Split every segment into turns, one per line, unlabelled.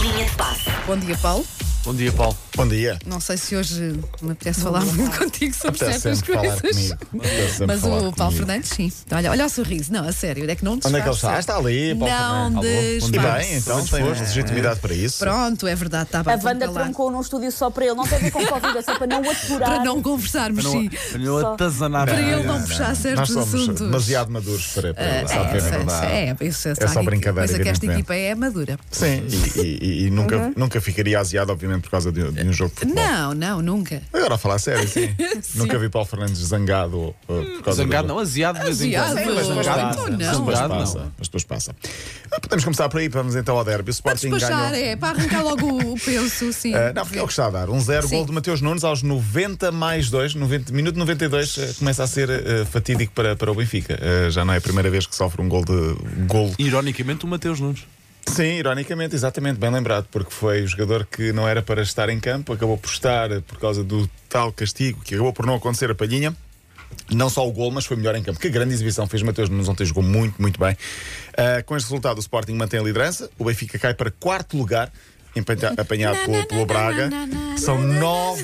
Linha de passe.
Bom dia, Paulo.
Bom dia, Paulo.
Bom dia.
Não sei se hoje me apetece falar muito contigo sobre
Até
certas
sempre
coisas.
falar comigo. Até sempre
Mas
falar
o Paulo
comigo.
Fernandes, sim. Então, Olha, olha o sorriso. Não, a sério, é que não te
Onde é que ele está? Ah, está ali, Paulo
Não
Fernandes. Alô, bom
E
desfaça.
bem, então
Muito
tem
disposto.
legitimidade para isso.
Pronto, é verdade, estava
A
tão
Wanda
calado.
trancou num estúdio só para ele, não teve com Covid, é só para não o aturar.
Para não conversarmos, sim.
Só-
atazanar.
Para ele não puxar
Nós
certos
somos
assuntos.
demasiado maduros para, para
É,
sabe bem a verdade.
é, é, isso,
É só brincadeira,
Mas é que esta
evidentemente.
equipa é madura.
Sim, e, e- e nunca, nunca ficaria aziado, obviamente, por causa de, de um jogo de
Uhum.
futebol.
Não, não, nunca.
Agora a falar sério, sim. Nunca vi Paulo Fernandes zangado uh, por causa
Zangado
do...
não, aziado de vez em
Aziado.
quando.
Sim, mas depois passa. Não.
Zangado,
Mas depois
Zangado,
passa,
não. é.
mas depois passa. Ah, Podemos começar por aí, vamos então ao derby. O
Para
Sporting
despachar,
ganhou...
é, para arrancar logo o- o penso, sim.
Ah, não, porque é o que está a dar. Um zero,
Sim.
gol de Mateus Nunes aos 90 mais 2, 90, minuto 92, eh, começa a ser eh, fatídico para, para o Benfica. Eh, já não é a primeira vez que sofre um gol de. um Gol.
Ironicamente, o Mateus Nunes.
Sim, ironicamente, exatamente, bem lembrado, porque foi o jogador que não era para estar em campo, acabou por estar eh, por causa do tal castigo que acabou por não acontecer a palhinha. Não só o gol, mas foi melhor em campo. Que grande exibição fez Mateus Nunes ontem, jogou muito, muito bem. Ah, com este resultado, o Sporting mantém a liderança, o Benfica cai para quarto lugar, empenha- apanhado
Na,
pelo,
na,
pelo
na,
Braga.
na, na, na,
São
na, na,
nove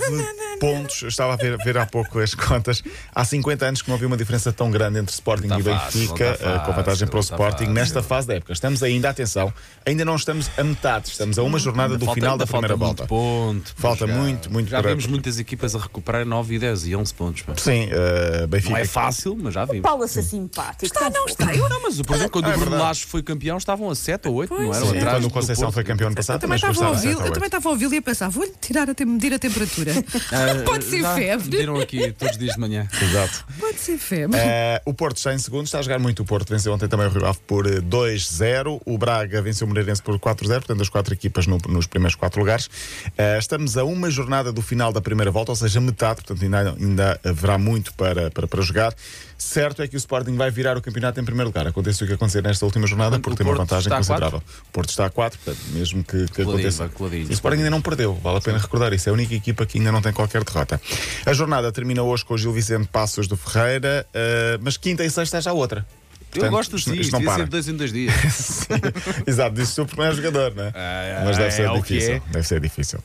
pontos. Eu Estava a ver, ver há pouco as contas. Há 50 anos que não havia uma diferença tão grande entre Sporting
Não
e
tá fácil, não
Benfica,
tá
ah, com vantagem
fácil,
para o
não tá
Sporting
fácil.
nesta fase da época. Estamos ainda, atenção, ainda não estamos a metade, estamos a uma jornada do
Falta-
final
ainda
da primeira
falta
volta.
Muito ponto, para
Falta
chegar.
muito, muito
Já
para-
vimos muitas equipas a recuperar 9 e 10 e 11 pontos. pá.
Sim, ah,
Não
Benfica.
é fácil, mas já vimos.
Paulo, ser assim, simpático. Então,
Está, Tá, não está. Eu
Não, mas por exemplo, quando
Ah, é
o Bruno
verdade.
Lacho foi campeão, estavam a 7 ou 8, não
Pois
eram
é.
atrás.
Quando o
do
Conceição
Porto.
foi campeão ano passado,
Eu também
mas
estava a
custaram
ouvi-lo,
sete
eu
ou
também
oito.
estava a ouvi-lo e a pensar, vou-lhe tirar a tem- medir a temperatura.
Ah,
Pode ser
já
febre,
Viram aqui todos os dias de manhã.
Exato.
pode ser febre.
Eh, o Porto está em segundo, está a jogar muito o Porto. Venceu ontem também o Rio Ave por eh, 2-0. O Braga venceu o Moreirense por 4-0. Portanto, as quatro equipas no- nos primeiros quatro lugares. Eh, estamos a uma jornada do final da primeira volta, ou seja, metade. Portanto, ainda, ainda haverá muito para, para, para jogar. Certo é que o Sporting vai virar o campeonato em primeiro lugar. Aconteça o que acontecer nesta última jornada,
Portanto,
porque
o
tem uma
Porto
vantagem
está a
considerável. O Porto está a 4, portanto, mesmo que, que
Coladinho,
aconteça.
vai coladinho.
E o Sporting ainda não perdeu, vale a pena recordar isso. É a única equipa que ainda não tem qualquer derrota. A jornada termina hoje com o Gil Vicente Passos do Ferreira, eh, mas quinta e sexta já há outra.
Eu
Portanto,
gosto
isto-
assim,
isto
isto
não
ia
para.
ser dois em dois dias.
Exato, disse o primeiro jogador, não é?
Ah,
mas
é,
deve ser
é o que
difícil.
é.
Deve ser difícil.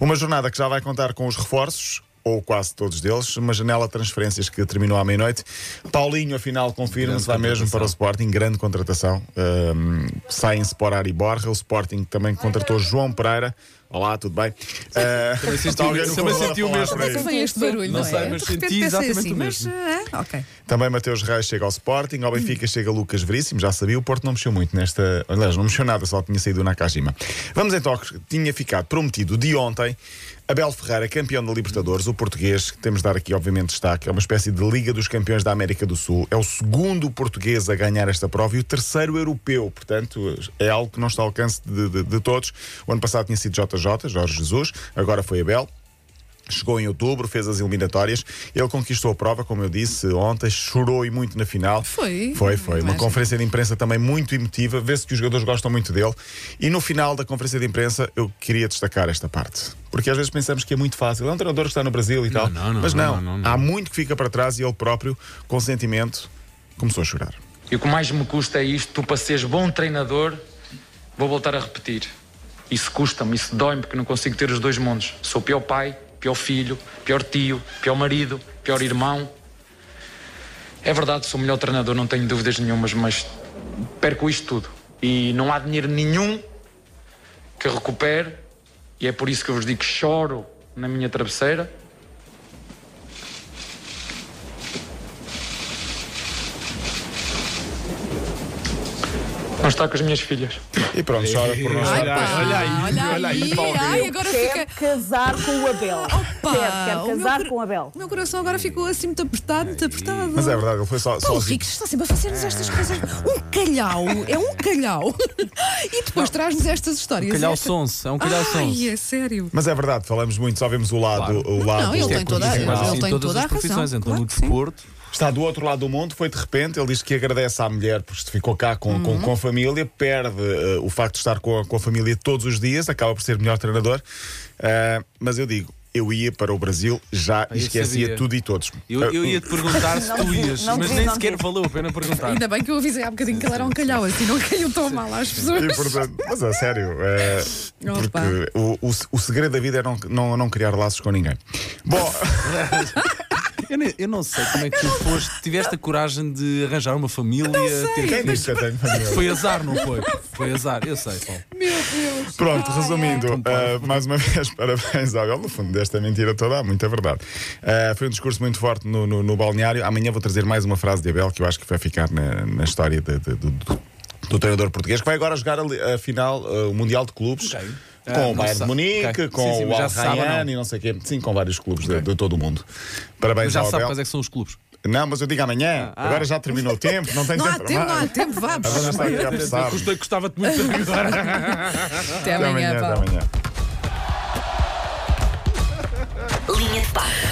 Uma jornada que já vai contar com os reforços. Ou quase todos deles, uma janela de transferências que terminou à meia-noite. Paulinho, afinal,
Grande
confirma-se, vai mesmo
contratação.
para o Sporting, grande contratação. Ahm, saem Sporar e Borra. O Sporting também contratou João Pereira. Olá, tudo bem? Ah,
Também senti
está
o-
alguém no
também
corredor
senti
a
o
falar
mesmo.
por aí.
Mas foi este barulho, não,
Não sei,
é?
mas
De repente
senti
pensei
exatamente o
mas,
mesmo.
ah, ok.
Também Mateus Reis chega ao Sporting, ao Benfica chega Lucas Veríssimo, já sabia, o Porto não mexeu muito nesta. Aliás, não mexeu nada, só tinha saído o Nakajima. Vamos então ao que tinha ficado prometido de ontem. Abel Ferreira, campeão da Libertadores, o português, que temos de dar aqui, obviamente, destaque, é uma espécie de Liga dos Campeões da América do Sul. É o segundo português a ganhar esta prova e o terceiro europeu, portanto, é algo que não está ao alcance de, de- de todos. O ano passado tinha sido JJ, Jorge Jesus, agora foi Abel. Chegou em outubro, fez as eliminatórias. Ele conquistou a prova, como eu disse ontem, chorou e muito na final.
Foi.
Foi, foi. Uma
Mas-
conferência de imprensa também muito emotiva. Vê-se que os jogadores gostam muito dele. E no final da conferência de imprensa, eu queria destacar esta parte. Porque às vezes pensamos que é muito fácil. É um treinador que está no Brasil e tal.
não, não,
Mas
não,
não.
não, não.
Há muito que fica para trás e ele próprio, com sentimento, começou a chorar.
E o que mais me custa é isto, tu para seres bom treinador, vou voltar a repetir. Isso custa-me, isso dói-me porque não consigo ter os dois mundos. Sou pior pai, pior filho, pior tio, pior marido, pior irmão. É verdade, sou o melhor treinador, não tenho dúvidas nenhumas, mas perco isto tudo. E não há dinheiro nenhum que recupere, e é por isso que eu vos digo que choro na minha travesseira. Não está com as minhas filhas.
E pronto, chora por nós.
Ai, pá, olha aí, Ah, olha aí. Ai, agora
Quer
fica.
casar com o Abel.
Pá,
Quer, quer
o meu
casar
cora-
com o Abel.
O meu coração agora ficou assim muito apertado, muito apertado.
Mas é verdade, ele foi só.
Paulo
sozinho.
Ricos está sempre a fazer-nos estas coisas. Um calhau, é um calhau. E depois traz-nos estas histórias.
Calhau
Esta-
Sonso, é um calhau
Ai,
Sonso.
é sério.
Mas é verdade, falamos muito, só vemos o lado. O lado
Não, ele tem toda a-
profissional.
ele tem
em assim todas
toda a
as
razão,
profissões, então
claro
no
que sim.
desporto.
Está do outro lado do mundo, foi de repente, ele diz que agradece à mulher porque se ficou cá com, com, com a família, perde eh, o facto de estar com a, com a família todos os dias, acaba por ser melhor treinador. Eh, mas eu digo, eu ia para o Brasil já e
Ah, eu
esquecia
sabia.
tudo e todos. Eh,
Eu, eu ia te perguntar se tu ias,
não
mas
diz,
nem
não
sequer
diz.
valeu a pena perguntar.
Ainda bem que eu avisei há bocadinho que ele era um calhau, assim não caiu tão mal às pessoas.
E, portanto, mas a sério, é,
Opa.
porque o, o, o segredo da vida é não, não, não criar laços com ninguém. Bom,
Eu, nem- eu não sei como é que tu foste, tiveste a coragem de arranjar uma família. ter
quem
filhos.
disse que eu tenho família?
Foi azar, não foi? Foi azar, eu sei, Paulo.
Pronto, resumindo, ah, mais uma vez, parabéns ao Abel. No fundo desta mentira toda há muita verdade. Ah, foi um discurso muito forte no, no, no balneário. Amanhã vou trazer mais uma frase de Abel que eu acho que vai ficar na, na história de- de- do, do- do treinador português, que vai agora jogar a, li- a final, ah, o Mundial de Clubes.
Ok. Ah,
Com o
não
Bayern de
sa-
Munique,
ok.
com
Sim, sim,
o
mas já
Al
se sabe ou
Rayyan
não?
e não sei o quê. Sim, com vários clubes de, de todo o mundo. Parabéns
Mas já
ao
sabe
Abel.
quais é que são os clubes.
Não, mas eu digo amanhã.
Ah, ah.
Agora já terminou o tempo, não tenho
Não há
tempo.
tempo, não há tempo, vamos.
Agora já está aqui a apressar.
Gostei- Gostava-te muito de ajudar.
Até
Até
amanhã,
amanhã, até
Paulo.
amanhã.
Linha de passe.